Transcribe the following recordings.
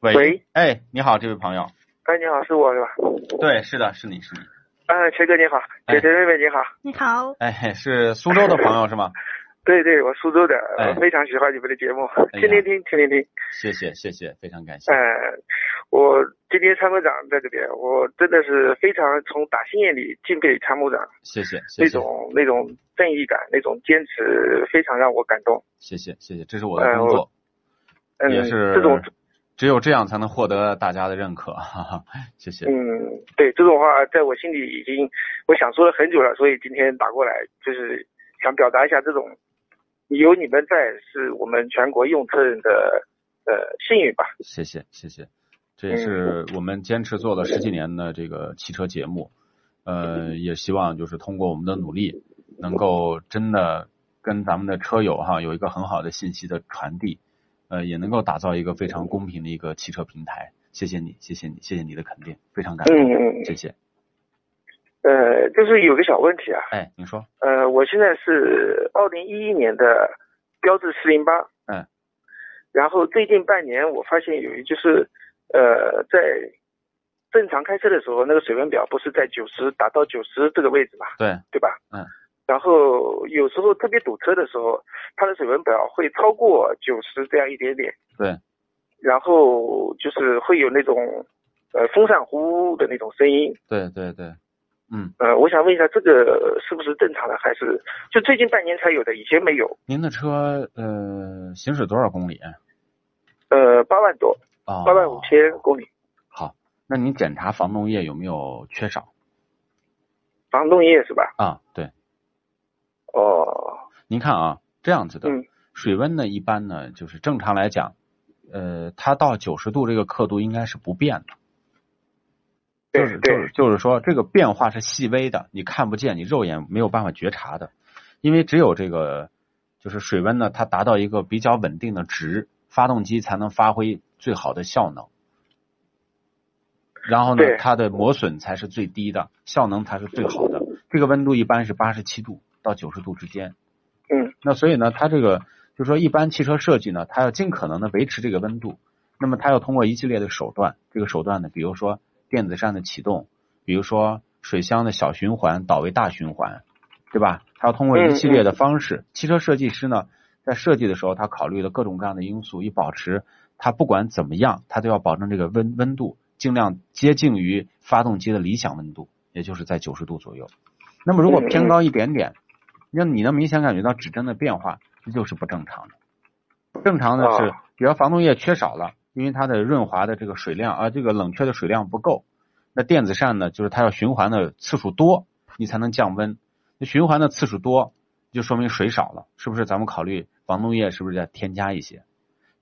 喂，喂哎，你好，这位朋友，哎，你好，是我是吧？对，是的，是你是你，哎，锤哥你好，哎姐姐妹妹你好，你好，哎，是苏州的朋友是 吗？对对，我苏州的，哎我非常喜欢你们的节目，呀天天听，天天听。谢谢谢谢，非常感谢，呃，我今天参谋长在这边，我真的是非常从打心眼里敬佩参谋长谢谢谢那谢种那种正义感、那种坚持，非常让我感动。谢谢谢谢，这是我的工作，哎嗯，也是这种，只有这样才能获得大家的认可，哈哈，谢谢，嗯，对这种话，在我心里已经我想说了很久了，所以今天打过来就是想表达一下这种。有你们在，是我们全国用车人的呃幸运吧。谢谢谢谢，这嗯也是我们坚持做了十几年的这个汽车节目，呃，也希望就是通过我们的努力，能够真的跟咱们的车友哈有一个很好的信息的传递，呃，也能够打造一个非常公平的一个汽车平台。谢谢你，谢谢你，谢谢你的肯定，非常感嗯动，嗯嗯谢谢。呃，就是有个小问题啊，哎，您说，呃，我现在是二零一一年的标致四零八，嗯，然后最近半年我发现有一就是，呃，在正常开车的时候，那个水温表不是在九十打到九十这个位置嘛，对，对吧？嗯。然后有时候特别堵车的时候，它的水温表会超过九十这样一点点。对。然后就是会有那种，呃，风扇呼的那种声音。对对对，嗯，呃，我想问一下，这个是不是正常的，还是就最近半年才有的，以前没有？您的车呃行驶多少公里？呃，八万多，啊，八万五。千公里，好，那您检查防冻液有没有缺少防冻液是吧？啊？对。哦，您看啊，这样子的、嗯水温呢，一般呢，就是正常来讲，呃，它到九十度这个刻度应该是不变的，对就是就对是，就是说这个变化是细微的，你看不见，你肉眼没有办法觉察的，因为只有这个就是水温呢，它达到一个比较稳定的值，发动机才能发挥最好的效能。然后呢对，它的磨损才是最低的，效能才是最好的。这个温度一般是八十七度到九十度之间。嗯，那所以呢，它这个就是说，一般汽车设计呢，它要尽可能的维持这个温度。那么它要通过一系列的手段，这个手段呢，比如说电子扇的启动，比如说水箱的小循环导为大循环，对吧？它要通过一系列的方式。汽车设计师呢，在设计的时候，他考虑了各种各样的因素，以保持它不管怎么样，它都要保证这个温温度尽量接近于发动机的理想温度，也就是在九十度左右。那么如果偏高一点点，那你能明显感觉到指针的变化，这就是不正常的。正常的是哦，比如防冻液缺少了，因为它的润滑的这个水量啊，这个冷却的水量不够。那电子扇呢，就是它要循环的次数多，你才能降温。那循环的次数多，就说明水少了，是不是？咱们考虑防冻液是不是再添加一些？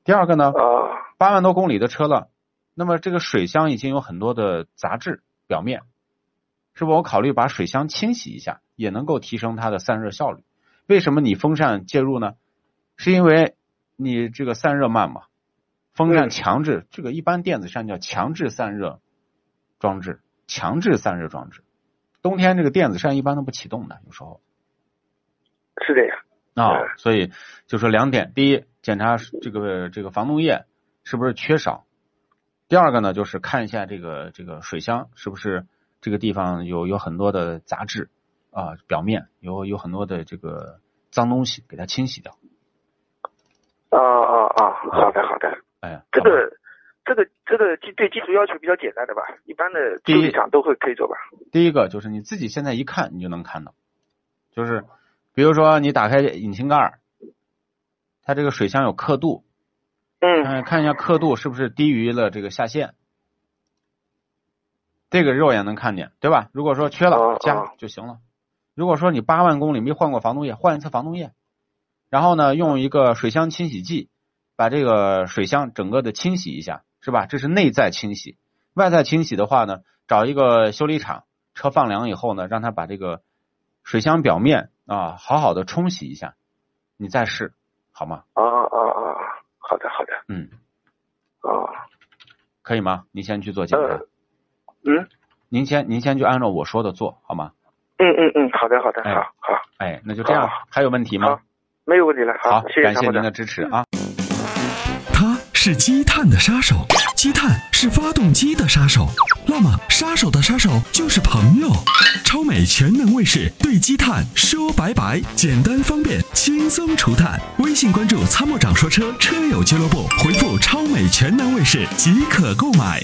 第二个呢，哦，八万多公里的车了，那么这个水箱已经有很多的杂质表面，是不是我考虑把水箱清洗一下，也能够提升它的散热效率？为什么你风扇介入呢？是因为你这个散热慢嘛？风扇嗯强制，这个一般电子扇叫强制散热装置，强制散热装置。冬天这个电子扇一般都不启动的，有时候。是这样。啊、对所以就说两点：第一，检查这个这个防冻液是不是缺少；第二个呢，就是看一下这个这个水箱是不是这个地方有有很多的杂质啊、表面有有很多的这个脏东西，给它清洗掉。啊啊啊！好的好的，哎，这好吧个这个这个基对基础要求比较简单的吧，一般的修理厂都会可以做吧。第一个就是你自己现在一看你就能看到，就是比如说你打开引擎盖儿，它这个水箱有刻度，嗯，嗯，看一下刻度是不是低于了这个下限，这个肉眼能看见，对吧？如果说缺哦了哦加就行了。如果说你八万公里没换过防冻液，换一次防冻液，然后呢，用一个水箱清洗剂把这个水箱整个的清洗一下，是吧？这是内在清洗。外在清洗的话呢，找一个修理厂，车放凉以后呢，让它把这个水箱表面啊好好的冲洗一下，你再试好吗？啊啊啊，好的好的，嗯，啊，可以吗？你先去做检查。呃，嗯您先您先就按照我说的做好吗？嗯嗯嗯，好的好的，哎好好，哎，那就这样好，还有问题吗好？没有问题了，好，谢谢感常谢部您长的。支持啊！它是积碳的杀手，积碳是发动机的杀手。那么，杀手的杀手就是朋友。超美全能卫士对积碳说拜拜，简单方便，轻松除碳。微信关注“参谋长说车”车友俱乐部，回复“超美全能卫士”即可购买。